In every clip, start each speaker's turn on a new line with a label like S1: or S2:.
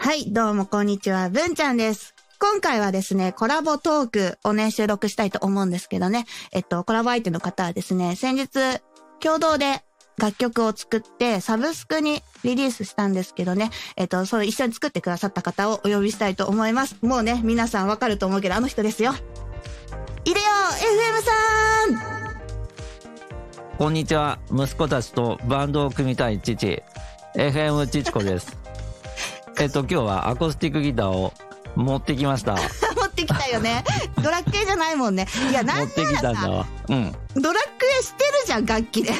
S1: はい、どうもこんにちは、文ちゃんです。今回はですね、コラボトークをね、収録したいと思うんですけどね、えっと、コラボ相手の方はですね、先日、共同で楽曲を作って、サブスクにリリースしたんですけどね、えっと、それ一緒に作ってくださった方をお呼びしたいと思います。もうね、皆さんわかると思うけど、あの人ですよ。いでよ !FM さん
S2: こんにちは息子たちとバンドを組みたい父 FM ちちこです えっと今日はアコースティックギターを持ってきました
S1: 持ってきたよ ね。ドラッグエじゃないもんね。いや、な
S2: 持
S1: ん
S2: っ
S1: な
S2: てき
S1: ら
S2: たんだ
S1: さ、
S2: わうん
S1: ドラッグエしてるじゃん、楽 器で。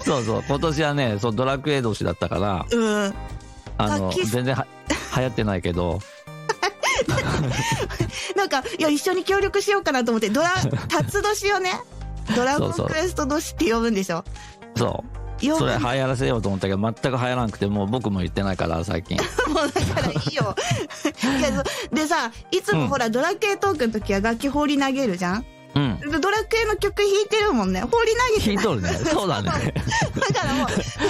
S2: そうそう今年はねそうドラクエ年だったから
S1: うん。
S2: あの
S1: 楽器
S2: 全然は流行ってないけど
S1: なんか、いや、一緒に協力しようかなと思って、ドラ、 タツ年をね、ドラゴン
S2: そうそう
S1: クエスト年って呼ぶんでしょ
S2: そ
S1: 呼
S2: うそ
S1: ぶの
S2: れ流
S1: も
S2: 行らせようと思ったけど全く流行らなくてもう僕も言ってないから最近
S1: だからいいよ。 いやそうでさ、いつ
S2: う
S1: も
S2: ん
S1: ほら、ドラクエトークの時は楽器放り投げるじゃん
S2: うん
S1: でドラクエの曲弾いてるもんね。放り投げて
S2: 聞い
S1: ない。
S2: とるねそうだね
S1: だからもう、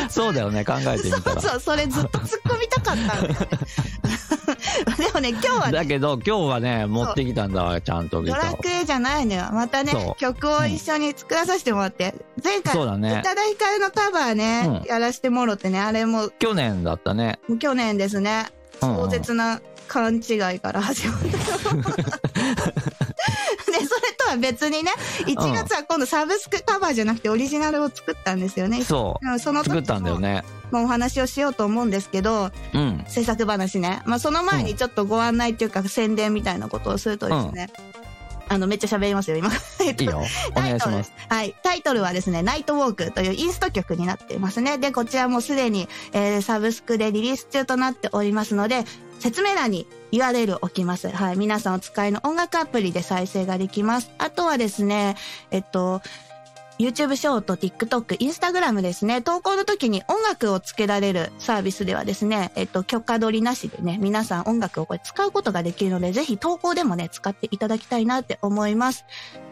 S2: そうだよね考えてみ
S1: そ
S2: た
S1: う
S2: ら
S1: そう、それずっと突っ込みたかったんだよね。 でもね、今日は
S2: だ
S1: ね、
S2: けど今日はね持ってきたんだわちゃんとギ
S1: ド
S2: タ
S1: ラ
S2: ーを
S1: クエじゃないのよ。またね
S2: そ、う
S1: 曲を一緒に作らさせてもらって。前回、
S2: そうだね
S1: 宇多田ヒカルのカバーね、
S2: うん
S1: やらしてもろってね、あれも、
S2: 去年だったね
S1: もう去年ですね。
S2: うんうん
S1: 壮絶な勘違いから始 まった。で、それとは別にね、1月は今度サブスクカバーじゃなくてオリジナルを作ったんですよね。
S2: そ
S1: うんそうの時
S2: 作ったんだよ
S1: も
S2: ね
S1: まあお話をしようと思うんですけど、
S2: うん
S1: 制作話ね。まあ、その前にちょっとご案内というか、宣伝みたいなことをするとですね、あの、めっちゃ喋りますよ、今。えっ
S2: い
S1: と
S2: いよお願いします
S1: はい。タイトルはですね、ナイトウォークというインスト曲になっていますね。で、こちらもすでに、えーサブスクでリリース中となっておりますので、説明欄に URL を置きます。はい。皆さんお使いの音楽アプリで再生ができます。あとはですね、えっと、YouTube ショート、TikTok、Instagram ですね。投稿の時に音楽をつけられるサービスではですね、えっと、許可取りなしでね、皆さん音楽をこれ使うことができるので、ぜひ投稿でもね、使っていただきたいなって思います。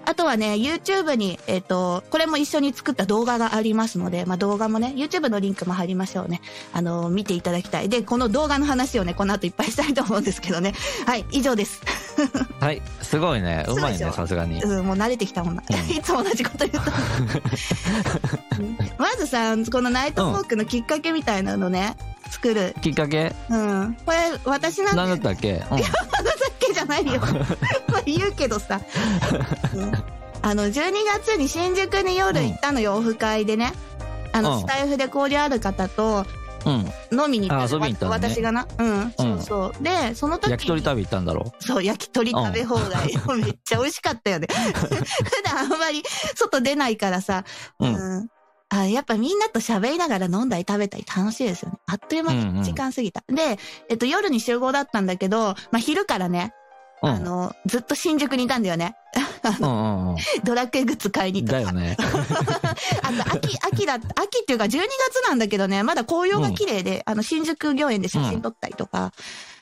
S1: あとはね、YouTube に、えっ、と、これも一緒に作った動画がありますので、まあ、動画もね、YouTube のリンクも貼りましょうね。あの、見ていただきたい。で、この動画の話をね、この後いっぱいしたいと思うんですけどね。はい、以上です。
S2: はいすごいね
S1: そう
S2: う
S1: でしょ
S2: まいねさすがに
S1: うん、もう慣れてきたもんな。
S2: うん
S1: いつも同じこと言うと。まずさ、このナイトフォークのきっかけみたいなのね、作る。
S2: きっかけ
S1: うん。これ、私なん
S2: 何
S1: だ
S2: だっ
S1: け
S2: たっけ
S1: じゃないよ。 まあ言うけどさ。うんあの、12月に新宿に夜行ったのよ、オフ会でね。あの、
S2: うん
S1: スタイフで交流ある方と
S2: うんうん
S1: 飲みに行った
S2: あ遊びに行ったのね
S1: わ私がな。うん。そううんそう。で、その時に。
S2: 焼き鳥食べ行ったんだろ
S1: そう、焼き鳥食べ放題。 めっちゃ美味しかったよ ね。普段あんまり外出ないからさ。
S2: ううん
S1: うん。あやっぱみんなと喋りながら飲んだり食べたり楽しいですよね。あっという間
S2: うんう
S1: に
S2: ん
S1: 時間過ぎた。で、えっと、夜に集合だったんだけど、まあ、昼からね、
S2: う
S1: あ
S2: ん
S1: の、ずっと新宿にいたんだよね。
S2: うんうんう
S1: ドラクエグッズ買いに
S2: ん
S1: 行った
S2: だ。よね
S1: あと、秋、秋だった、秋っていうか12月なんだけどね、まだ紅葉が綺麗で、あの、新宿御苑で写真撮ったりとか、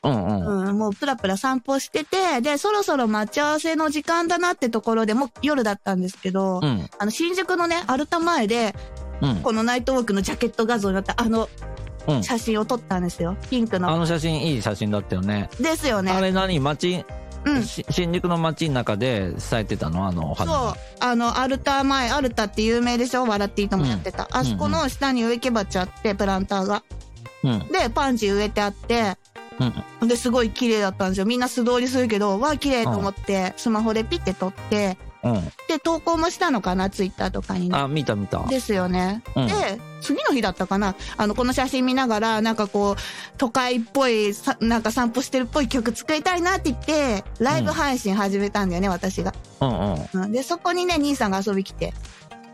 S2: うんうん
S1: うん、もうプラプラ散歩してて、で、そろそろ待ち合わせの時間だなってところで、もう夜だったんですけど、
S2: うん
S1: あの、新宿のね、アルタ前で、
S2: うん
S1: このナイトウォークのジャケット画像になった、あの、
S2: うん
S1: 写真を撮ったんですよ。ピンク
S2: あ
S1: の。
S2: の写真いい写真だったよね
S1: ですよ
S2: あ
S1: ね。
S2: れ何街
S1: うん。
S2: し新宿の街の中で伝えてたのあのお
S1: そう
S2: 花。
S1: あの、アルタ前、アルタって有名でしょ笑っていいともやってた。あそこの下に植木鉢あって、プランターが。
S2: うんうん
S1: で、パンチ植えてあって、で、すごい綺麗だったんですよ。みんな素通りするけど、わあ、綺麗と思って、スマホでピッて撮って、
S2: うん
S1: で、投稿もしたのかな、ツイッターとかにね。
S2: あ見た見た
S1: ですよね。
S2: うん
S1: で、次の日だったかな、あの、この写真見ながら、なんかこう、都会っぽい、さなんか散歩してるっぽい曲作りたいなって言って、ライブ配信始めたんだよね、私が。
S2: うんうん
S1: うんで、そこにね、兄さんが遊び来て。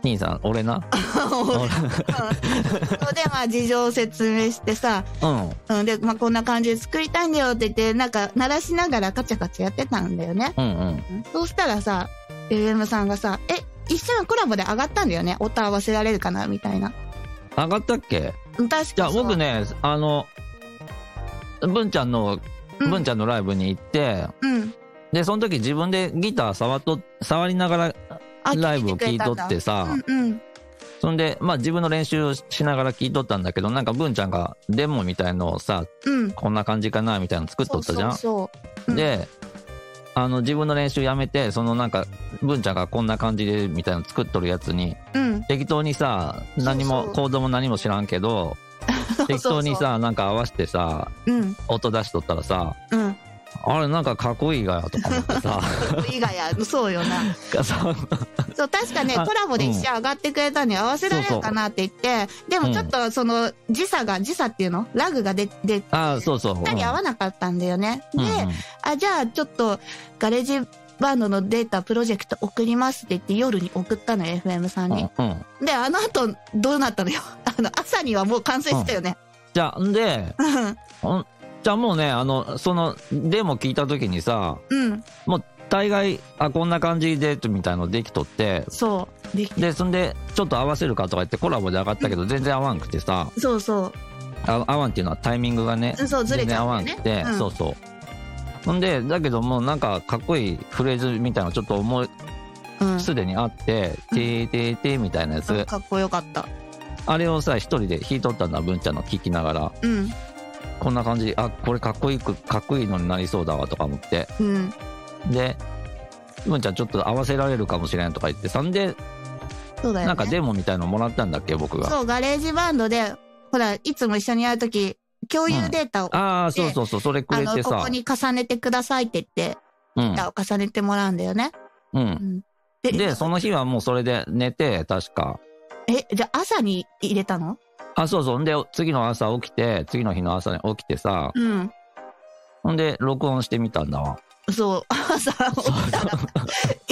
S2: 兄さん俺な
S1: うんそれで、まあ、事情を説明してさ、
S2: うん
S1: うん、で、まあ、こんな感じで作りたいんだよって言って、なんか、鳴らしながらカチャカチャやってたんだよね。
S2: うんうん
S1: うんそうしたらさ、FM さんがさ、え、一緒にコラボで上がったんだよね。音合わせられるかなみたいな。
S2: 上がったっけ
S1: うん確
S2: じゃ
S1: か
S2: あ
S1: に。
S2: 僕ね、あの、文ちゃんの、
S1: うん
S2: 文ちゃんのライブに行って、
S1: うん。
S2: で、その時自分でギター触っと、触りながら
S1: あ
S2: ライブを聴いとってさ、
S1: うんうん。
S2: そんで、まあ自分の練習をしながら聞いとったんだけど、なんか文ちゃんがデモみたいのをさ、
S1: うん。
S2: こんな感じかなみたいなの作っとったじゃん。
S1: そうそうそううん
S2: で、あの自分の練習やめて、そのなんか文ちゃんがこんな感じでみたいなの作っとるやつに、
S1: そう。うん。
S2: 適当にさ、
S1: う
S2: 何も、コードも何も知らんけど、 適当にさ、なんか合わせてさ、
S1: うん。
S2: 音出しとったらさ、
S1: うん。
S2: あれなんかかっこいいがやとか思って さ、
S1: 以外や、そうよな。
S2: そう
S1: そう、確かね、
S2: あ
S1: コラボで一社上がってくれたのに合わせられるかなって言って、でもちょっとその時差が、時差っていうのラグが出て、
S2: ああ、そうそう。
S1: ぴったり合わなかったんだよね。
S2: う
S1: で
S2: ん、うんうん
S1: あ、じゃあちょっとガレージバンドのデータプロジェクト送りますって言って夜に送ったのよ、FM さんに。
S2: うんうん
S1: で、あの後どうなったのよ。 あの、朝にはもう完成したよね。
S2: じゃあ、んで、
S1: うん。
S2: うんじゃあもうね、あの、その、デモ聞いた時にさ、
S1: うん。
S2: もう大概、あ、こんな感じで、みたいのできとって、
S1: そう。でき
S2: で、そんで、ちょっと合わせるかとか言ってコラボで上がったけど、全然合わんくてさ、
S1: そうそう。
S2: あ合わんっていうのはタイミングがね、
S1: うんそうずれちゃうんだよね
S2: 全然合わんくて、
S1: うん
S2: そうそう。ほんで、だけどもうなんかかっこいいフレーズみたいなのちょっと思い、
S1: うん。
S2: すでにあって、てーてーてーみたいなやつ、
S1: かっこよかった。
S2: あれをさ、一人で弾いとったんだ、文ちゃんの聞きながら。
S1: うん。
S2: こんな感じであこれかっこいいくかっこいいのになりそうだわとか思って
S1: うん。
S2: で文ちゃんちょっと合わせられるかもしれんとか言ってそんで
S1: そうだよね。
S2: なんかデモみたいのもらったんだっけ僕が
S1: そう、ガレージバンドで、ほら、いつも一緒にやるとき、共有データを、
S2: ああそうそうそうそれく
S1: あ
S2: れて
S1: の、こ
S2: さ
S1: こに重ねてくださいって言って、
S2: うん
S1: データを重ねてもらうんだよね。
S2: う
S1: うんん。
S2: でその日はもうそれで寝て確か
S1: え、じゃあ朝に入れたの
S2: あそうそうで次の朝起きて次の日の朝に起きてさ
S1: うん。
S2: ほんで録音してみたんだわ
S1: そう、 朝起きたら、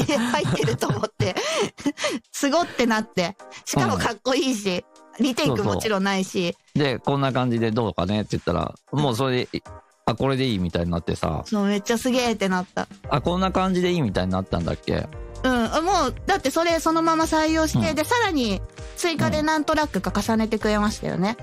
S1: え、入ってると思って、 すごってなって、しかもかっこいいし、リテイクもちろんないし、
S2: でこんな感じでどうかねって言ったらもうそれであこれでいいみたいになってさ
S1: そう、めっちゃすげえってなった。
S2: あこんな感じでいいみたいになったんだっけ
S1: うん、あもう、だってそれそのまま採用して、
S2: うん
S1: で、さらに追加で何トラックか重ねてくれましたよね。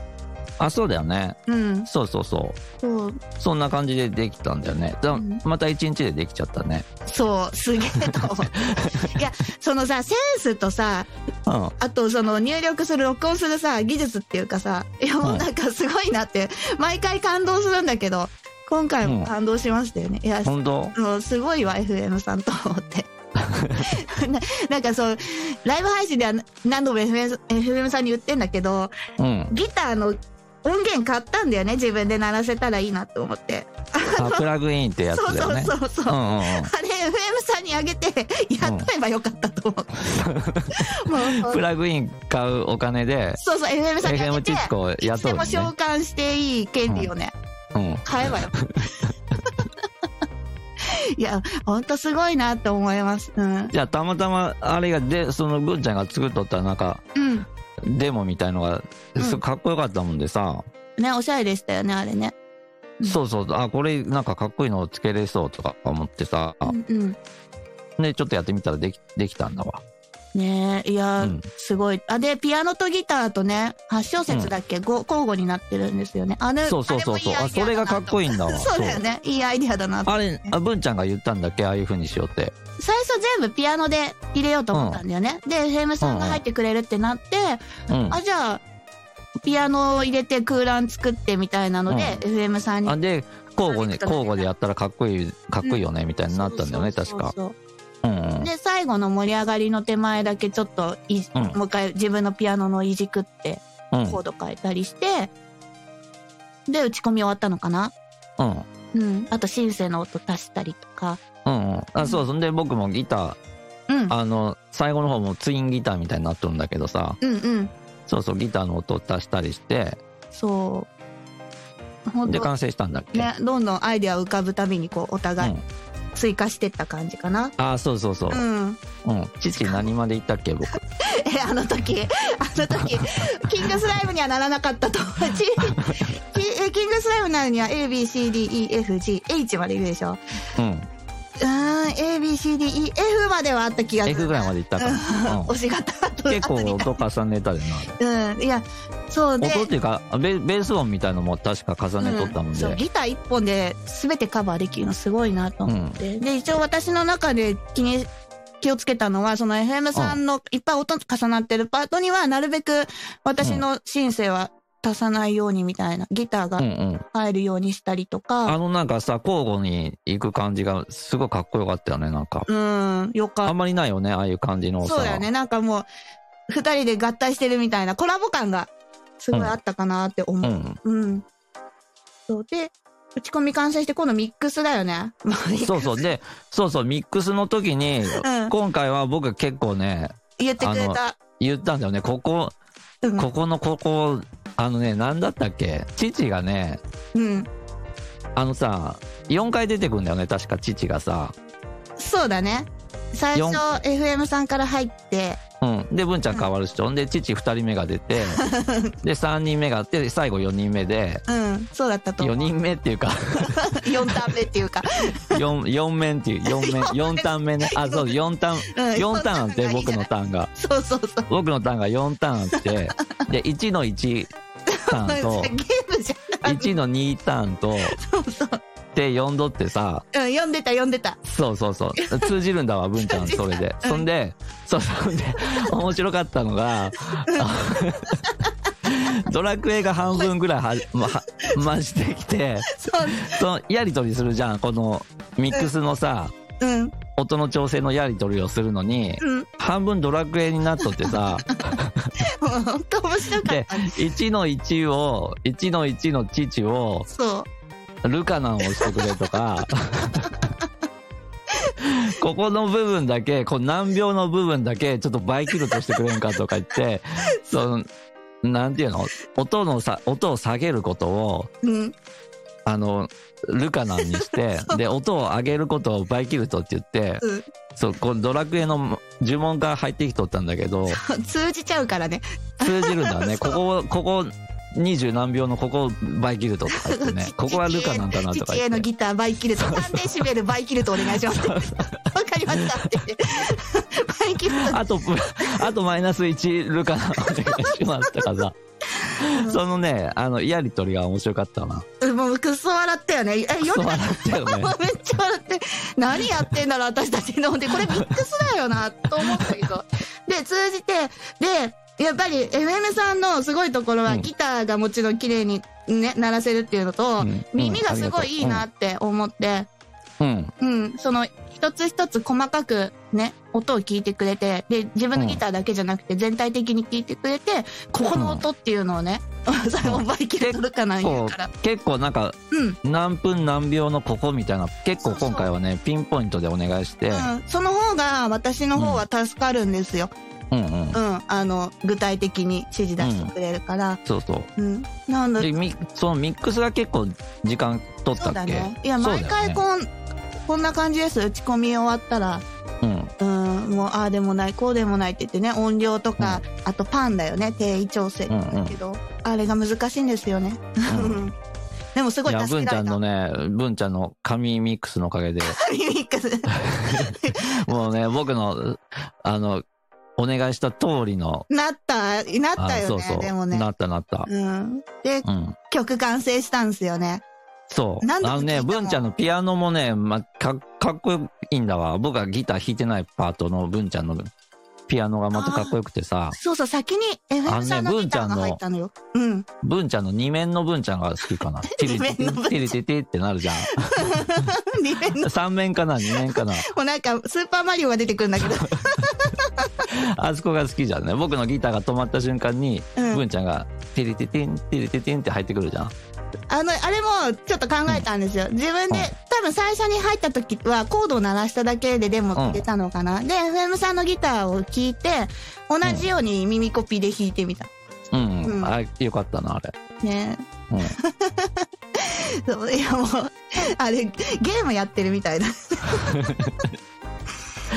S2: あそうだよね
S1: うん、
S2: そうそうそう
S1: そう、
S2: そんな感じでできたんだよね。だ
S1: うん
S2: また一日でできちゃったね。
S1: そう、すげえと思 う。いや、そのさ、センスとさ、
S2: うん。
S1: あとその入力する、録音するさ、技術っていうかさ、いやもうなんかすごいなって、毎回感動するんだけど、今回も感動しましたよね。いや、
S2: 本当
S1: もうすごいわ、FM さんと思って。 ななんかそう、ライブ配信では何度も FM, FM さんに言ってんだけど、
S2: うん。
S1: ギターの音源買ったんだよね、自分で鳴らせたらいいなと思って。
S2: あ、プラグインってやつ
S1: そう
S2: だ
S1: そう
S2: よね。
S1: そうそう。
S2: うんうんうん。
S1: あれ、FM さんにあげて、やっとればよかったと 思う。も
S2: プ
S1: う、
S2: ラグイン買うお金で、
S1: そうそう、FM さんにあげ
S2: FM
S1: て、
S2: チチコを
S1: いつ
S2: 雇
S1: で
S2: う
S1: も
S2: の
S1: 召
S2: ね。
S1: 喚していい権利をね、
S2: うん。
S1: 買えばよ。 いや、ほんとすごいなって思います。うん。
S2: じゃあ、たまたま、あれが、で、その、文ちゃんが作っとった、なんか、
S1: うん。
S2: デモみたいのが、す
S1: うん
S2: かっこよかったもんでさ、
S1: ね、おしゃれでしたよね、あれね。うん
S2: そうそう、あ、これ、なんかかっこいいのをつけれそうとか思ってさ、
S1: うんうん。
S2: で、ちょっとやってみたらでき、できたんだわ。
S1: ねえ、いや、
S2: うん
S1: すごい。あ、で、ピアノとギターとね、8小節だっけ、ご交互になってるんですよね。あれ、
S2: そうそうそうそう。あ、それがかっこ
S1: いい
S2: いいんだ
S1: アイデ
S2: わ。
S1: アだなと。 そうだよね。いいアイディアだなと
S2: あれ、あ文ちゃんが言ったんだっけああいう風にしようって。
S1: 最初全部ピアノで入れようと思ったんだよね。で、FM さんが入ってくれるってなって、
S2: うん。
S1: あ、じゃあ、ピアノを入れて空欄作ってみたいなので、FM さんに
S2: あ。で交互
S1: プロジェ
S2: に
S1: クトだね
S2: 交互でやったらかっこいいかっこいいよねみたいになったんだよね
S1: そうそ
S2: 確
S1: うそう
S2: か
S1: そう
S2: うんうん
S1: で、最後の盛り上がりの手前だけちょっとい、
S2: うん
S1: もう一回自分のピアノのいじくって、
S2: うん
S1: コード変えたりして、で、打ち込み終わったのかな
S2: うん
S1: うん。あと、シンセの音足したりとか。
S2: うんうんあそうそんで僕もギタ
S1: うん
S2: ー。あの最後の方もツインギターみたいになっとるんだけどさ
S1: うんうん。
S2: そうそうギターの音を足したりして
S1: そう。本
S2: で
S1: 当
S2: 完成したんだっけ
S1: ね、どんどんアイデア浮かぶたびに、こう、お
S2: う
S1: 互い
S2: ん
S1: 追加してった感じかな。
S2: あそうそうそう
S1: うん。
S2: うん知識何まで言ったっけ僕
S1: え、 あの時、あの時、キングスライムにはならなかったと思う。ちき えキングスライムなのには A, B, C, D, E, F, G, H までいるでしょ。
S2: うん
S1: うーん、A, B, C, D, E, F まではあった気がする。
S2: F ぐらいまで言ったか
S1: うん
S2: ら
S1: 惜しかった。あと
S2: うん結構
S1: あとに
S2: 音重ねたでな
S1: うん、いや、 そうで。
S2: 音っていうかベベース音みたいのも確か重ねとったもん
S1: うん
S2: で
S1: そうギター一本で全てカバーできるのすごいなと思って、で一応私の中で気に気をつけたのは、その FM さんのいっぱい音重なってるパートには、なるべく私のシンセは足さないようにみたいな、ギター
S2: うん
S1: が
S2: うん。
S1: 入るようにしたりと
S2: あ
S1: か、
S2: のなんかさ、交互に行く感じがすごいかっこよかったよね、なんか。
S1: うん、よか
S2: あ
S1: っ
S2: んまりないよね、ああいう感じの
S1: た。
S2: さ。
S1: そうだよね。なんかもう、二人で合体してるみたいな、コラボ感がすごいあったかなって思
S2: う
S1: う。
S2: ん。
S1: うん。そうで、打ち込み完成して、今度ミックスだよね。まあミックス
S2: そうそう。で、そうそう、ミックスの時に、
S1: うん
S2: 今回は僕結構ね、
S1: 言ってくれた。
S2: 言ったんだよね、ここ、
S1: うん
S2: ここのここ、あのね、なんだったっけ父がね、
S1: うん。
S2: あのさ、4回出てくんだよね、確か父がさ。
S1: そうだね。最初、FM さんから入って、
S2: うん。で、文ちゃん変わる人。ほんで、父2人目が 出て、で、3人目があって、最後4人目で、
S1: うん、そうだったと思
S2: 4
S1: う。
S2: 人目っていう か、
S1: 4段目っていうか。
S2: 4、4面っていう、4面、四ターン目ね。あ、そう、4ターン、
S1: うん、
S2: 4ターンあ って、僕の。ターンが。
S1: そうそうそう。
S2: 僕のターンが4ターンあ って、で、1の1タ
S1: ゲ
S2: ーンと、
S1: ームじゃん。
S2: 1の2ターンと、
S1: そうそう。うん、
S2: で、4度ってさ、
S1: 読んでた、読んでた。
S2: そうそうそう。通じるん だわ、文ちゃん、それで。そんで、そうそう。で、面白かったのが、ドラクエが半分ぐらいは、ま、はましてきて、
S1: そう。
S2: その、やりとりするじゃん、この、ミックスのさ、
S1: うん、
S2: 音の調整のやりとりをするのに、
S1: うん。も
S2: 半分ドラクエになっとって さ、
S1: う本当面白かっ
S2: で
S1: た。、
S2: 1の1を、1の1の父を、
S1: そう。
S2: ルカナンをしてくれとか、 ここの部分だけ、こう難病の部分だけ、ちょっと倍キルトしてくれんかとか言って、その、なんていうの音のさ、音を下げることを、
S1: うん、
S2: あの、ルカナンにして、で、音を上げることをバイキルトって言って、
S1: うん。
S2: そう、このドラクエの呪文が入ってきとったんだけど、
S1: 通じちゃうからね。
S2: 通じるんだね。ここ、ここ、二十何秒のここバイキルトとか言っ てね、ここはルカナンかなと
S1: 父
S2: か言
S1: へ
S2: っ
S1: の
S2: て。
S1: ギター、バイキルト。探偵シベル、バイキルトお願いします。わかりましたって。バイキルト。
S2: あと、プあとマイナス1ルカナお願いしますとかさ。そのね、あの、やりとりが面白かったな。
S1: もうクソ笑ったよね。え、読ん
S2: そ
S1: で
S2: う
S1: た
S2: 笑ったよね
S1: も。うめっちゃ笑って、何やってんだろう、私たちの。で、これミックスだよな、と思ったけど。で、通じて、で、やっぱり FM さんのすごいところ
S2: う
S1: は、
S2: ん
S1: ギターがもちろん綺麗にね、鳴らせるっていうのと、
S2: うん
S1: 耳がすごいいいなって思って、
S2: うん。
S1: うん、その、一つ一つ細かくね、音を聞いてくれて、で、自分のギターだけじゃなくて、全体的に聞いてくれて、ここの音っていうのをね、 それ覚えきれるかな、言
S2: こ
S1: うから。
S2: う、結構なんか、
S1: うん。
S2: 何分何秒のここみたいな、結構今回はね、ピンポイントでお願いして、
S1: うん、その方が私の方は助かるんですよ。
S2: うんうん
S1: う。ん、あの、具体的に指示出してくれるから。
S2: そうそう。
S1: うん。なんだ、
S2: で、ミそのミックスが結構時間取っ
S1: そ
S2: た
S1: うだ
S2: っけ
S1: ね。いや、
S2: そうだよ
S1: 毎回
S2: ね
S1: こん、こんな感じです。打ち込み終わったら、
S2: うん。
S1: うん、もう、ああでもない、こうでもないって言ってね、音量とか、あとパンだよね、定位調整だけど、あれが難しいんですよね。
S2: うん
S1: でもすご
S2: い
S1: い
S2: や、
S1: 助
S2: 文
S1: け
S2: ち
S1: られ
S2: ゃん
S1: た
S2: の。ね、文ちゃんの紙ミックスのおかげで、
S1: ミックス
S2: もうね、僕の、あの、お願いした通りの、
S1: なった、な
S2: あ
S1: ったよね、
S2: そうそう
S1: でもね。
S2: なったなった。
S1: うん。で、
S2: うん。
S1: 曲完成したんですよね。
S2: そう。あ
S1: 何度も
S2: の
S1: 聞い
S2: ね、
S1: たもん
S2: 文ちゃんのピアノもね、ま、かかっこいいんだわ。僕はギター弾いてないパートの文ちゃんのピアノがまたかっこよくてさ、
S1: そうそう、先に FM さん
S2: あの
S1: の
S2: ね
S1: ギターが入ったのよ。うん。
S2: 文ちゃんの二面の文ちゃんが好きかな。ティリテ
S1: 二面の文ちゃん
S2: ィティリティティってなるじ ゃん。
S1: リベンジ
S2: 三面かな二面かな
S1: もうなんか、スーパーマリオが出てくるんだけ ど。
S2: あそこが好きじゃんね。僕のギターが止まった瞬間に、
S1: うん
S2: 文ちゃんが、ティリティティン、ティリティティンって入ってくるじゃん。
S1: あの、あれも、ちょっと考えたんですよ。自分で
S2: うん、
S1: 多分最初に入った時は、コードを鳴らしただけでデモって出たのかな。で、FM さんのギターを聴いて、同じように耳コピーで弾いてみた。
S2: うん。
S1: うん
S2: あよかったな、あれ。
S1: ね
S2: うん。
S1: そういやもう、あれ、ゲームやってるみ たいだ。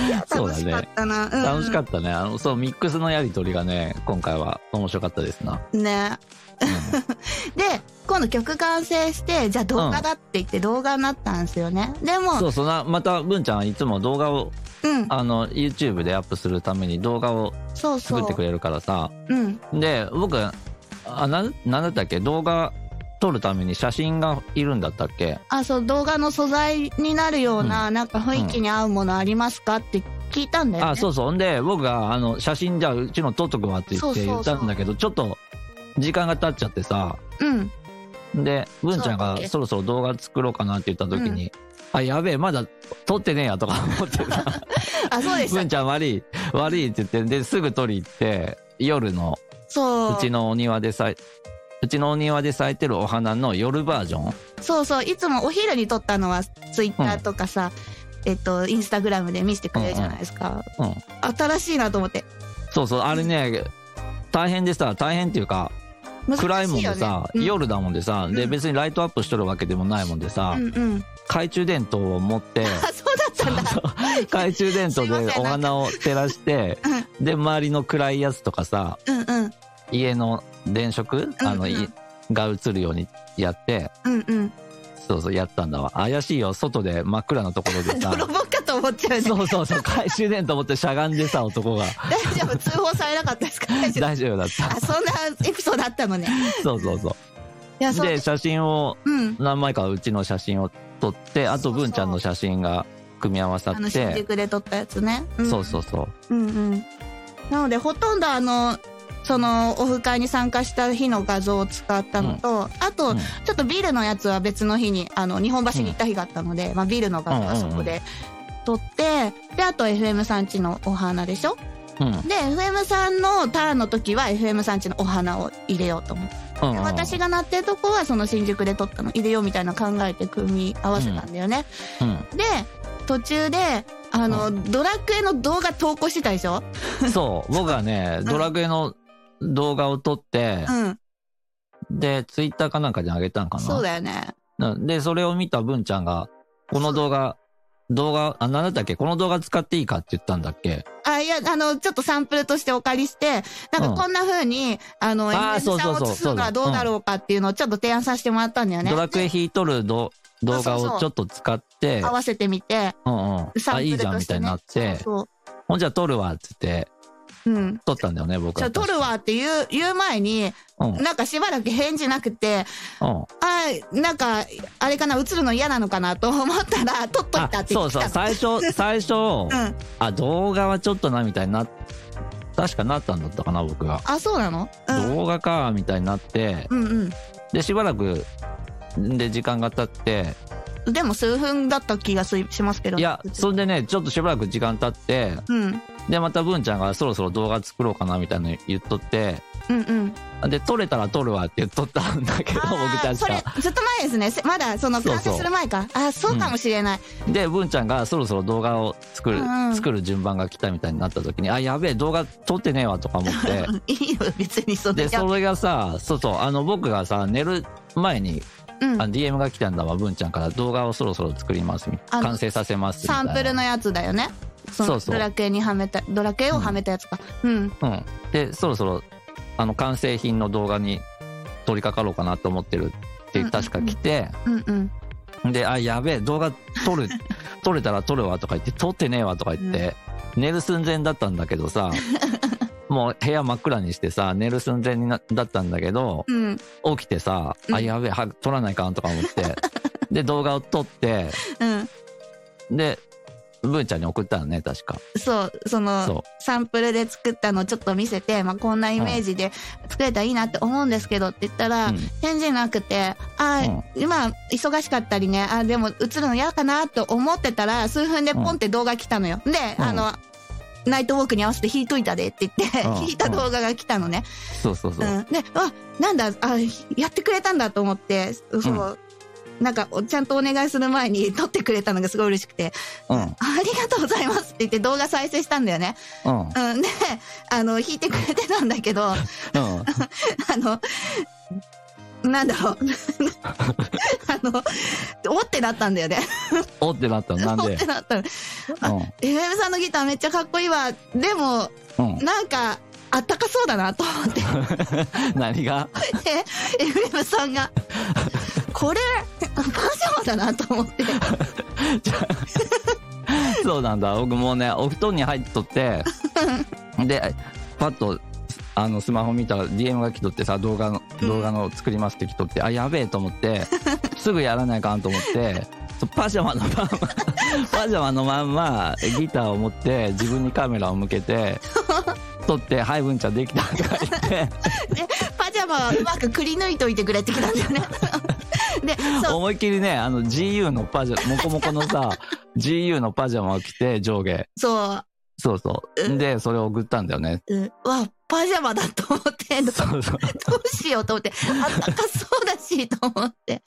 S1: いや
S2: そうだ
S1: 楽
S2: ね
S1: しかったな。うん
S2: 楽しかったね。あの、そう、ミックスのやりとりがね、今回は面白かったですな。
S1: ね。で、今度曲完成して、じゃあ動画だって言って動画になったんですよね。で
S2: そ
S1: も、
S2: うそうな、また、文ちゃんはいつも動画を、
S1: うん、
S2: あの、YouTube でアップするために動画を
S1: そうそ
S2: 作ってく
S1: う。
S2: れるからさ。
S1: うん、
S2: で、僕、あ、なん、なんだったっけ動画撮るために写真がいるんだったっけ
S1: あ、そう、動画の素材になるような、なんか雰囲気に合うものありますかって聞いたんだよね。
S2: あ、そうそう。ほんで、僕が、あの、写真じゃあ、うちの撮っとくわって言って
S1: そう
S2: 言
S1: そう
S2: っ
S1: そう
S2: たんだけど、ちょっと、時間が経っちゃってさ、
S1: うん。
S2: で、文ちゃ
S1: そう
S2: ん
S1: だっけ
S2: がそろそろ動画作ろうかなって言った時に、あ、やべえ、まだ撮ってねえやとか思ってさ、
S1: あ、そうでした
S2: 文。ちゃん悪 い、悪いって言って、で、すぐ撮り行って、夜の、
S1: そう
S2: うちのお庭で咲い、うちのお庭で咲いてるお花の夜バージョン
S1: そうそういつもお昼に撮ったのはツイッターとかさ、えっとインスタグラムで見せてくれるじゃないですか、
S2: うん。
S1: 新しいなと思って
S2: そうそう、あれね、大変でさ、大変っていうか、
S1: 難しいよ、ね、
S2: 暗いもんでさ、
S1: うん、
S2: 夜だもんでさ、
S1: う
S2: で、
S1: ん
S2: 別にライトアップしとるわけでもないもんでさ、
S1: うんうん
S2: 懐中電灯を 持って、
S1: あそうだったんだ
S2: 懐中電灯
S1: すいません
S2: でお花を照らして、で、周りの暗いやつとかさ、
S1: うんうん
S2: 家の電飾あの、い
S1: うん
S2: が映るようにやって、
S1: うんうん
S2: そうそう、やったんだわ。怪しいよ、外で真っ暗なとこ ろでさ
S1: 泥。棒かと思っちゃうね
S2: そうそうそう、懐中電灯持ってしゃがんでさ、男 が。
S1: 大丈夫通報されなかったですか大丈夫
S2: 大丈夫だった。
S1: あそんなエピソードあったのね
S2: そうそうそ
S1: いや
S2: う。
S1: そう
S2: で、写真を、
S1: うん
S2: 何枚かうちの写真を撮って、あ
S1: そ
S2: と
S1: うそう
S2: 文ちゃんの写真が組み合わさ
S1: あの
S2: っ
S1: 新
S2: て、
S1: 宿で撮ったやつね、ん
S2: そうそうそう。
S1: うんうん。なので、ほとんどあの、その、オフ会に参加した日の画像を使ったのと、あと、
S2: うん
S1: ちょっとビールのやつは別の日に、あの、日本橋に行った日があったので、まあ、ビールの画像はそこで撮って、で、あと FM さんちのお花でしょ
S2: うん。
S1: で、FM さんのターンの時は FM さんちのお花を入れようと思って。
S2: うん
S1: で
S2: うん。
S1: 私が鳴ってるとこはその新宿で撮ったの入れようみたいな考えて組み合わせたんだよね。
S2: うん。
S1: で、途中で、あの、ドラクエの動画投稿してたでしょ
S2: そう、僕はね、
S1: ん
S2: ドラクエの動画を撮って
S1: う、ん。
S2: で、ツイッターかなんかに上げたんかな。
S1: そうだよね。
S2: うんで、それを見た文ちゃんが、この動画、動画、あ、なんだったっけこの動画使っていいかって言ったんだっけ
S1: あ、いや、あの、ちょっとサンプルとしてお借りして、なん
S2: うん
S1: かこんな風に、あの、
S2: あー
S1: FM
S2: そう
S1: さん
S2: そう
S1: を
S2: そう
S1: 映すのがどうだろうかっていうのをちょっと提案させてもらったんだよね。
S2: ドラクエ引いとるど動画
S1: そうそうそう
S2: をちょっと使って
S1: 合、わせてみて、
S2: うんうん。
S1: サン
S2: あ、
S1: プ
S2: いい
S1: ル
S2: じゃん
S1: と
S2: み
S1: した
S2: い
S1: て
S2: にな
S1: ね
S2: っ。て、
S1: そ
S2: ほんじゃ撮るわって言って、
S1: う。うん。
S2: 撮ったんだよね、僕
S1: じゃ
S2: は。
S1: あ撮るわって言う、言う前に、
S2: うん。うん。
S1: なんかしばらく返事なくて、あーなんか、あれかな、映るの嫌なのかなと思ったら、撮っといた
S2: あ
S1: っ、て言
S2: そ
S1: っ
S2: う
S1: てきた
S2: そ
S1: の。
S2: う、最初、最初、
S1: うん。
S2: あ、動画はちょっとな、みたいにな、確かなったんだったかな、僕が。
S1: あ、そうなのうん。
S2: 動画か、みたいになって、
S1: うん
S2: で、しばらく、で、時間が経って、
S1: うん。でも数分だった気がすしますけど。
S2: いや、そんでね、ちょっとしばらく時間経って、
S1: うん。
S2: で、また文ちゃんがそろそろ動画作ろうかな、みたいなの言っとって、
S1: うんうん。
S2: で、撮れたら撮るわって言っとったんだけど、僕
S1: あーそ
S2: 確
S1: れ
S2: か。
S1: ずっと前ですねせまだその
S2: そう
S1: 完
S2: そう
S1: 成する前かあそうかもしれない、
S2: で、文ちゃんがそろそろ動画を作る、
S1: うんうん
S2: 作る順番が来たみたいになった時に、あ、やべえ、動画撮ってねえわ、とか思って。
S1: いいよ別にそれ
S2: で、
S1: じゃ
S2: それがさ、そうそう、あの、僕がさ、寝る前に、
S1: うん
S2: あの DM が来たんだわ、文ちゃんから動画をそろそろ作ります、み
S1: あの
S2: 完成させます、みた
S1: サ
S2: いな。
S1: ンプルのやつだよねその
S2: そうそう
S1: ドラクエにはめたドラクエをはめたやつかうん
S2: うん。で、そろそろ、あの、完成品の動画に取り掛かろうかなと思ってるって、確か来て、
S1: うんうん
S2: で、あ、やべえ、動画 撮る、撮れたら撮るわとか言って、撮ってねえわとか言って、寝る寸前だったんだけどさ、 もう部屋真っ暗にしてさ、寝る寸前になだったんだけど、
S1: うん
S2: 起きてさ、
S1: うん
S2: あ、やべえ、は撮らないかんとか思 って、で、動画を撮って、
S1: うん
S2: で、文ちゃんに送ったのね、確か。
S1: そうその
S2: そ
S1: サンプルで作ったのをちょっと見せて、まあ、こんなイメージで作れたらいいなって思うんですけどって言ったら、
S2: うん
S1: 返事なくてあ、今忙しかったりねあでも映るの嫌かなと思ってたら数分でポンって動画来たのよ、で、
S2: うん
S1: あのナイトウォークに合わせて弾いといたでって言って、
S2: うん
S1: 弾いた動画が来たのね、
S2: そうそう
S1: う
S2: そう。
S1: んであなんだあやってくれたんだと思ってそう、なんかおちゃんとお願いする前に撮ってくれたのがすごい嬉しくて
S2: う
S1: あありがとうございますって言って動画再生したんだよね。
S2: ん、うん、
S1: うん、で、あの、弾いてくれてたんだけど、 あ
S2: うん。
S1: の、なんだろ う。あの、おってなったんだよね。
S2: おってなったの、な ん
S1: お
S2: で
S1: って。なったの。FM さんのギターめっちゃかっこいいわ。でも、
S2: うん、うん。
S1: なんか、あったかそうだなと思って。
S2: 何が
S1: で、FM さんが、これ、パジャマだなと思って。
S2: そうなんだ。僕もうね、お布団に入っと って、で、パッと、あの、スマホ見たら DM が来とってさ、動画
S1: う
S2: の、
S1: ん
S2: 動画の作りますって来とって、あ、やべえと思って、すぐやらないかんと思って、パジャマの まんまパジャマのまんまギターを持って自分にカメラを向けて撮って「はい文ちゃんできた」とか言って
S1: パジャマはうまくくり抜いといてくれってきたんだよ ね。で、 そう、
S2: 思いっきりねあの GU のパジャモコモコのさ GU のパジャマを着て上下
S1: そ
S2: そうそうでそれを送ったんだよね
S1: う、うん、わ、パジャマだと思って、ど
S2: そうそう
S1: うしようと思って、あったかそうだし、と思って。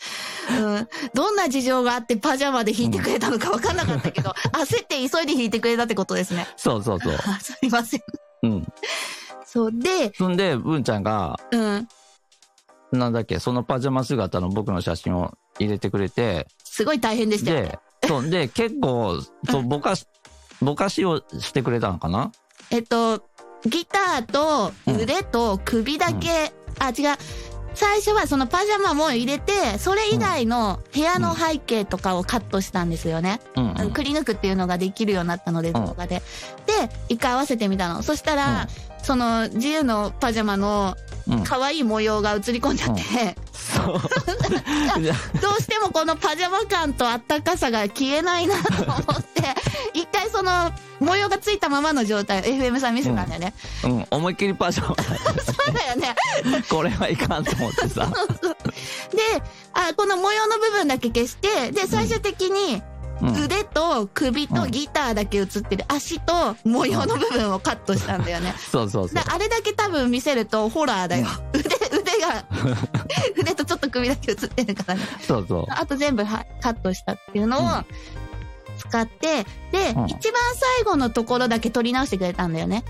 S1: うん、どんな事情があってパジャマで弾いてくれたのか分かんなかった けど、焦って急いで弾いてくれたってことですね。
S2: そうそうそう
S1: あすいません。
S2: うん
S1: そうで、
S2: そんで文ちゃんが
S1: うん、
S2: なんだっけそのパジャマ姿の僕の写真を入れてくれて
S1: すごい大変でしたよね。
S2: でそうで結構そうぼかしぼかしをしてくれたのかな
S1: えっと、ギターと
S2: うん
S1: 腕と首だけ、あ、違う。最初はそのパジャマも入れて、それ以外の部屋の背景とかをカットしたんですよね。
S2: うんうん
S1: あのくり抜くっていうのができるようになったので、動画で。で、一回合わせてみたの。そしたら、その自由のパジャマの
S2: うん
S1: 可愛い模様が映り込んじゃって、
S2: そう いや
S1: どうしてもこのパジャマ感とあったかさが消えないなと思 って、一回その模様がついたままの状態を FM さん見せたんだよね。
S2: うん、思いっきりパジャマ
S1: そうだよね。
S2: これはいかんと思ってさ、
S1: で、あ、この模様の部分だけ消して、で、最終的に
S2: うん、
S1: 腕と首とギターだけ映ってる足と模様の部分をカットしたんだよね。
S2: そうそうそ
S1: で
S2: う
S1: あれだけ多分見せるとホラーだよ。腕、腕 が、腕とちょっと首だけ映ってるからね。
S2: そうそう
S1: あと全部はカットしたっていうの
S2: う
S1: を使って、で、
S2: うん
S1: 一番最後のところだけ撮り直してくれたんだよね。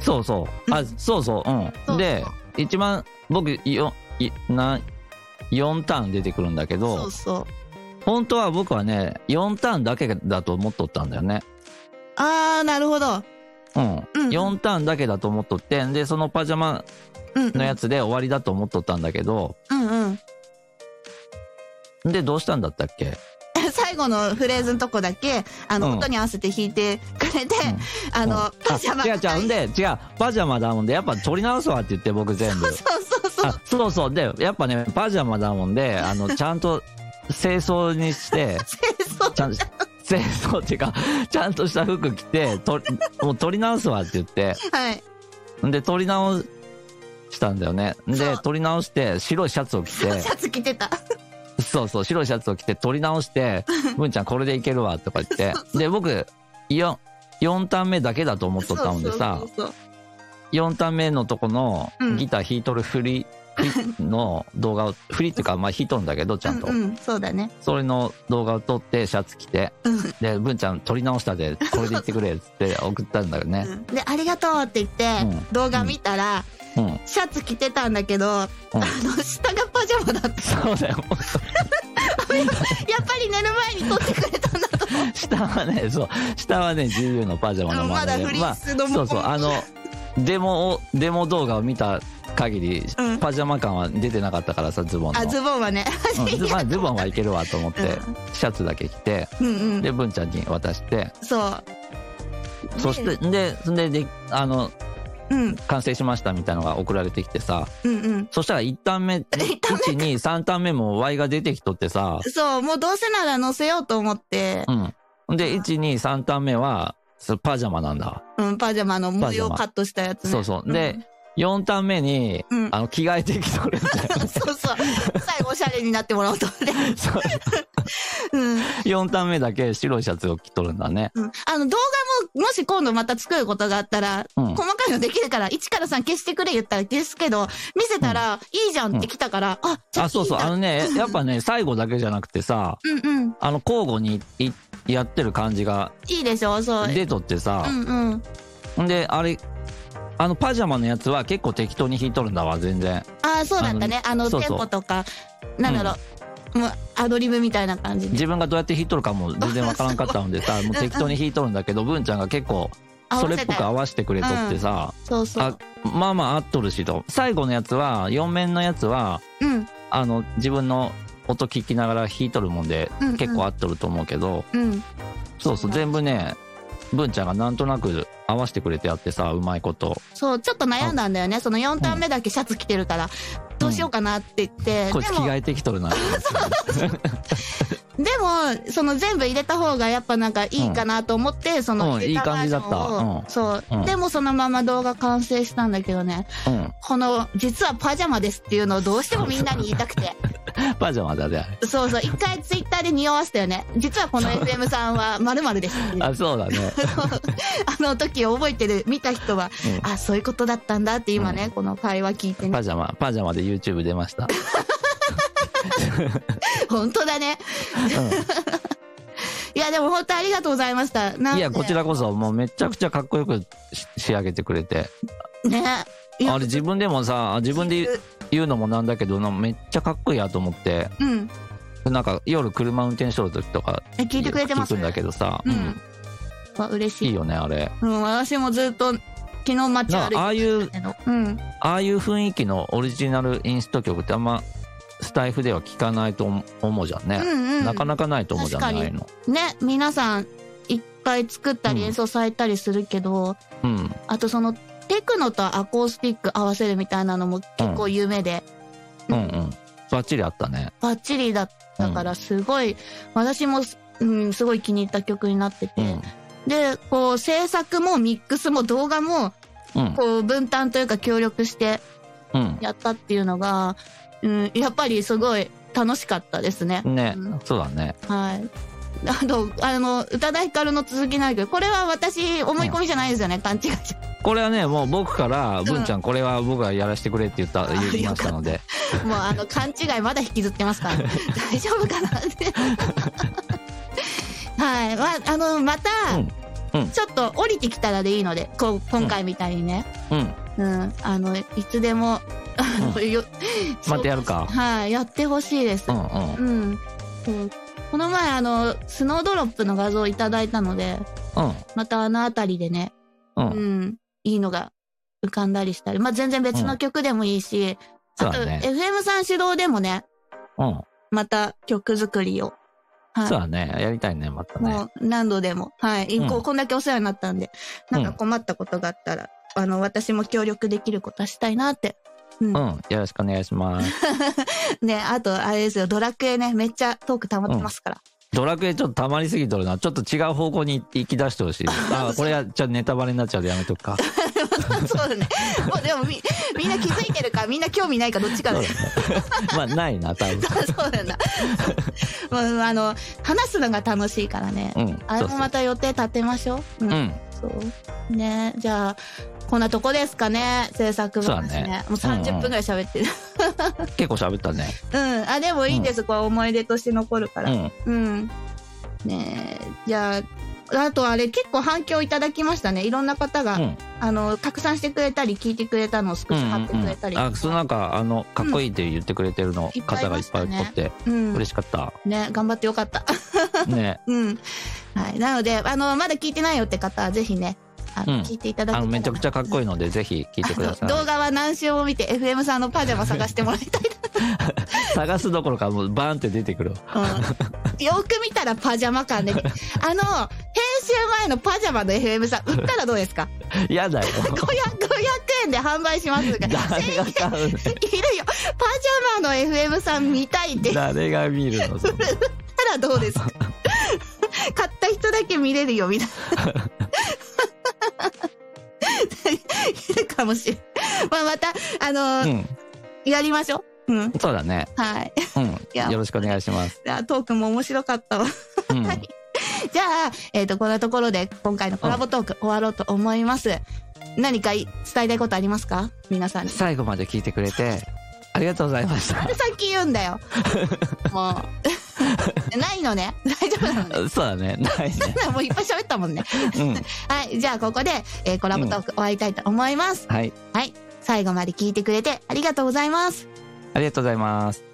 S2: そうそうあそうそううん
S1: そう
S2: で一番僕よいな4ターン出てくるんだけど
S1: そうそう。
S2: 本当は僕はね4ターンだけだと思っとったんだよね
S1: あー、なるほど。
S2: うん、
S1: うん
S2: 4ターンだけだと思っとってでそのパジャマ
S1: うん、うん。
S2: のやつで終わりだと思っとったんだけど
S1: うんうん。
S2: でどうしたんだったっけ
S1: 最後のフレーズのとこだけ、あの、
S2: うん
S1: 音に合わせて弾いてくれて、あ
S2: うん
S1: の
S2: あ、
S1: パジャマ。
S2: 違う違うほんで違うパジャマだもんでやっぱ取り直すわって言って僕全部
S1: そうそうそう。
S2: あそうそうでやっぱねパジャマだもん であのちゃんと清掃にして
S1: そう
S2: ちゃんと清掃っていうかちゃんとした服着てともう取り直すわって言って
S1: はい。
S2: で取り直したんだよね
S1: そ
S2: で
S1: う
S2: 取り直して白いシャツを着て
S1: シャツ着てた。
S2: そうそう白いシャツを着て取り 直して「文ちゃんこれでいけるわ」とか言ってで僕 4, 4ターン目だけだと思っとったもんでさ
S1: そうそうそう
S2: 4ターン目のとこの
S1: うん
S2: ギター弾いとる振り振りの動画を 振りっていうかまあ弾いとるんだけどち
S1: そう
S2: ゃんと
S1: うん、うん、そうだね。
S2: それの動画を撮ってシャツ着て
S1: うん。
S2: で「文ちゃん撮り直したでこれでいってくれ」っつって送ったんだよね
S1: で、ありがとうって言って、
S2: うん
S1: 動画見たら、
S2: うん、うん、
S1: シャツ着てたんだけど、あの、下がパジャマだ った。
S2: そうだよ
S1: やっぱり寝る前に撮ってくれたんだと思う。
S2: 下はねそう下はね自由のパジャマのままで、
S1: うんまだフリースの
S2: まあそうそうあのデモをデモ動画を見た限り、
S1: うん
S2: パジャマ感は出てなかったからさズボンの
S1: あ、ズボンはね。
S2: うんズまあ、ズボンはいけるわと思って、
S1: うん
S2: シャツだけ着て
S1: うんう
S2: で
S1: ん。
S2: 文ちゃんに渡して
S1: そう。
S2: そして
S1: ね
S2: でそんでであの
S1: うん、
S2: 完成しましたみたいなのが送られてきてさ
S1: うん、うん。
S2: そしたら1ターン 目123ターン目も Y が出てきとってさ、
S1: そう、もうどうせなら乗せようと思って、
S2: うん、で123ターン目はそれパジャマなんだわ
S1: うん、パジャマの模様をカットしたやつね。
S2: そうそうで、4ターン目に、
S1: うん
S2: あの着替えてきとるんだよ
S1: うん。そう そう。最後、おしゃれになってもらおうと思って。
S2: そう
S1: うん。
S2: 4ターン目だけ白いシャツを着とるんだね。
S1: うんあの動画も、もし今度また作ることがあったら、
S2: うん
S1: 細かいのできるから、1から3消してくれ言ったら消すけど、見せたら、いいじゃんって来たから、あ、じゃ
S2: あ、そうそう。
S1: いいんだ
S2: あのね、やっぱね、最後だけじゃなくてさ、
S1: うんうん。
S2: あの、交互にいやってる感じが
S1: いいでしょ、そう。
S2: 出とってさ
S1: う、んうん。
S2: んで、あれ、あの、パジャマのやつは結構適当に弾いとるんだわ、全然。
S1: ああ、そうだったね。あの、
S2: そう
S1: テ
S2: そ
S1: ン
S2: う
S1: ポとか、なんだろう、もう、アドリブみたいな感じで。
S2: 自分がどうやって弾いとるかも全然わからんかったのでさ、もう適当に弾いとるんだけど、文ちゃんが結構、
S1: 合
S2: そ
S1: わ
S2: れっ
S1: せ
S2: ぽ
S1: た
S2: く合
S1: よ
S2: わせてくれとってさ、
S1: そうそ
S2: あ
S1: う。、
S2: まあまあ合っとるしと。最後のやつは、4面のやつは、
S1: うん、
S2: あの、自分の音聞きながら弾いとるもんで
S1: うんうん、
S2: 結構合っとると思うけど、
S1: うん。
S2: そうそう、全部ね、文ちゃんがなんとなく合わせてくれてあってさ、うまいこと。
S1: そう、ちょっと悩んだんだよね。その4ターン目だけシャツ着てるから。どうしようかなって言って、
S2: こいつ
S1: で
S2: 着
S1: も
S2: 替えてきとるな。
S1: でも、その全部入れた方がやっぱなんかいいかなと思って、その
S2: うん
S1: 入れバージョンを
S2: いい感じだったうん
S1: そう、
S2: うん
S1: でもそのまま動画完成したんだけどね、
S2: うん。
S1: この、実はパジャマですっていうのをどうしてもみんなに言いたく て。
S2: パジャマだね。
S1: そうそう、一回ツイッターで匂わせたよね。実はこの FM さんは〇〇ですっていう。あ
S2: あ、そうだね。
S1: の時を覚えてる、見た人は、
S2: うん
S1: あ、そういうことだったんだって今ね、この会話聞い てね
S2: パ。ジャマ、パジャマで YouTube 出ました。
S1: 本当だね。 いや、でも本当ありがとうございました。なん
S2: い
S1: で
S2: や、こちらこそ、もうめちゃくちゃかっこよくし仕上げてくれて。
S1: ね。いや
S2: あれ自分でもさ、自分で言う言うのもなんだけど、なんかめっちゃかっこいいやと思って。
S1: うん。
S2: なんか夜車運転しとる時とか
S1: え聞いてくれてます
S2: 聞くんだけどさ、
S1: う
S2: うんん、。
S1: あ嬉し
S2: い
S1: い
S2: いよねあれ
S1: うん、私もずっと昨日街歩
S2: ないん
S1: て
S2: かあ
S1: た
S2: あいう
S1: けど。うん。
S2: ああいう雰囲気のオリジナルインスト曲ってあんまスタイフでは聞かないと思思うじゃん
S1: う
S2: ね、
S1: んうん。
S2: なかなかないと思うじゃん
S1: 確かに
S2: ああいうの
S1: ね、皆さん、一回作ったり
S2: うん
S1: 演奏されたりするけど、
S2: うん
S1: あとその、テクノとアコースティック合わせるみたいなのも結構有名で、
S2: うんうんバッチリあったね
S1: バッチリだったから、すごい、私も、うん、すごい気に入った曲になってて、
S2: うん
S1: で、こう、制作もミックスも動画も、
S2: うん
S1: こう、分担というか協力して
S2: うん
S1: やったっていうのが、うん、やっぱりすごい楽しかったですね。
S2: ね、
S1: うん
S2: そうだね
S1: はい。あと、あの、宇多田ヒカルの続きなんだけど、これは私、思い込みじゃないですよね、勘違いじ
S2: これはねもう僕から文ちゃんこれは僕がやらせてくれって言った言いましたので
S1: ゃん。もう、あの、勘違いまだ引きずって ますから、大丈夫かなって。 はい。まあ、あの、また、
S2: うんうん
S1: ちょっと降りてきたらでいいので、こう、今回みたいにね。
S2: うん
S1: うん。あの、いつでも、あの よ
S2: またやるか
S1: はい、やってほしいです
S2: う。んうん
S1: うん。そうこの前、あの、スノードロップの画像をいただいたので、
S2: うん
S1: またあのあたりでね、
S2: うん、
S1: うん、いいのが浮かんだりしたり、まあ、全然別の曲でもいいし、
S2: そう
S1: あと、
S2: だね
S1: FM さん主導でもね、
S2: うん
S1: また曲作りを。はい。
S2: そうだねやりたいねまたね
S1: もう何度でも。はい。
S2: うん
S1: こうこんだけお世話になったんで、なんか困ったことがあったら、あの、私も協力できることはしたいなって。うん
S2: う。んよろしくお願いします
S1: ね、あと、あれですよ、ドラクエね、めっちゃトーク溜まってますから。
S2: ドラクエちょっと溜まりすぎとるな。ちょっと違う方向に行き出してほしい。あ、これは、じゃあネタバレになっちゃうでやめとくか。
S1: そうだね。もうでもみ、みんな気づいて るか、みんな興味ないか、どっちかだね。
S2: まあ、ないな、多分。
S1: そうなんだ。 もう、あの、話すのが楽しいからね。
S2: うん。
S1: あれもまた予定立てましょう。う。
S2: そうそううんん。
S1: そう。ねじゃあ、こんなとこですかね、制作部
S2: そうだね
S1: もう30
S2: うんう
S1: 分
S2: ん
S1: ぐらい喋ってる。
S2: 結構喋ったね。
S1: うん、あ、でもいいんです、これ思い出として残るか
S2: う
S1: ら。
S2: ん。
S1: うん。ねじゃあ、あとあれ結構反響いただきましたね。いろんな方が、
S2: うん。
S1: あの、拡散してくれたり、聞いてくれたのをスク
S2: う
S1: ショ貼っ
S2: ん
S1: て
S2: うん
S1: く
S2: う
S1: れたり
S2: ん。
S1: とか。
S2: あ、そうなんか、あの、かっこいいって言ってくれてるの
S1: うん、
S2: 方がいっぱいおって、
S1: うん
S2: 嬉しかった。
S1: ね、頑張ってよかった。
S2: ね。
S1: うん。はい。なので、あの、まだ聞いてないよって方は、ぜひね、あの、
S2: うん
S1: 聞いていただけ
S2: あ
S1: た
S2: の、
S1: ら
S2: めちゃくちゃかっこいいので、ぜひ聞いてくださ
S1: あの動
S2: い。
S1: 画は何週も見て、FM さんのパジャマ探してもらい たい。
S2: 探すどころか、もうバーンって出てく
S1: う
S2: る。
S1: ん。よく見たらパジャマ感で、あの、編集前のパジャマの FM さん、売ったらどうですか
S2: や だよ。
S1: 500, 500円で販売しますが、
S2: 誰が買うの
S1: いるよ。パジャマの FM さん見たいって言っ
S2: 誰が見 るのそんな
S1: たらどうです か買った人だけ見れるよ、みたいな。いるかもしれん。まあ、また、あ
S2: う
S1: の、
S2: ん。
S1: やりましょう。うん。
S2: そうだね。
S1: はい。
S2: うん。
S1: や
S2: よろしくお願いします。
S1: じゃあ、トークも面白かったわ。
S2: うん。
S1: はいじゃあ、えっ、と、こんなところで今回のコラボトーク終わろうと思います。何かい伝えたいことありますか皆さんに。
S2: 最後まで聞いてくれ て、ありがとうございました。
S1: 先言うんだよ。もう。 ないのね。大丈夫なのね。
S2: そうだね。ないね。
S1: もういっぱい喋ったもんね。
S2: うん。
S1: はい。じゃあ、ここで、えーコラボトーク終わりたいと思います。
S2: はい。
S1: はい。最後まで聞いてくれてありがとうございます。
S2: ありがとうございます。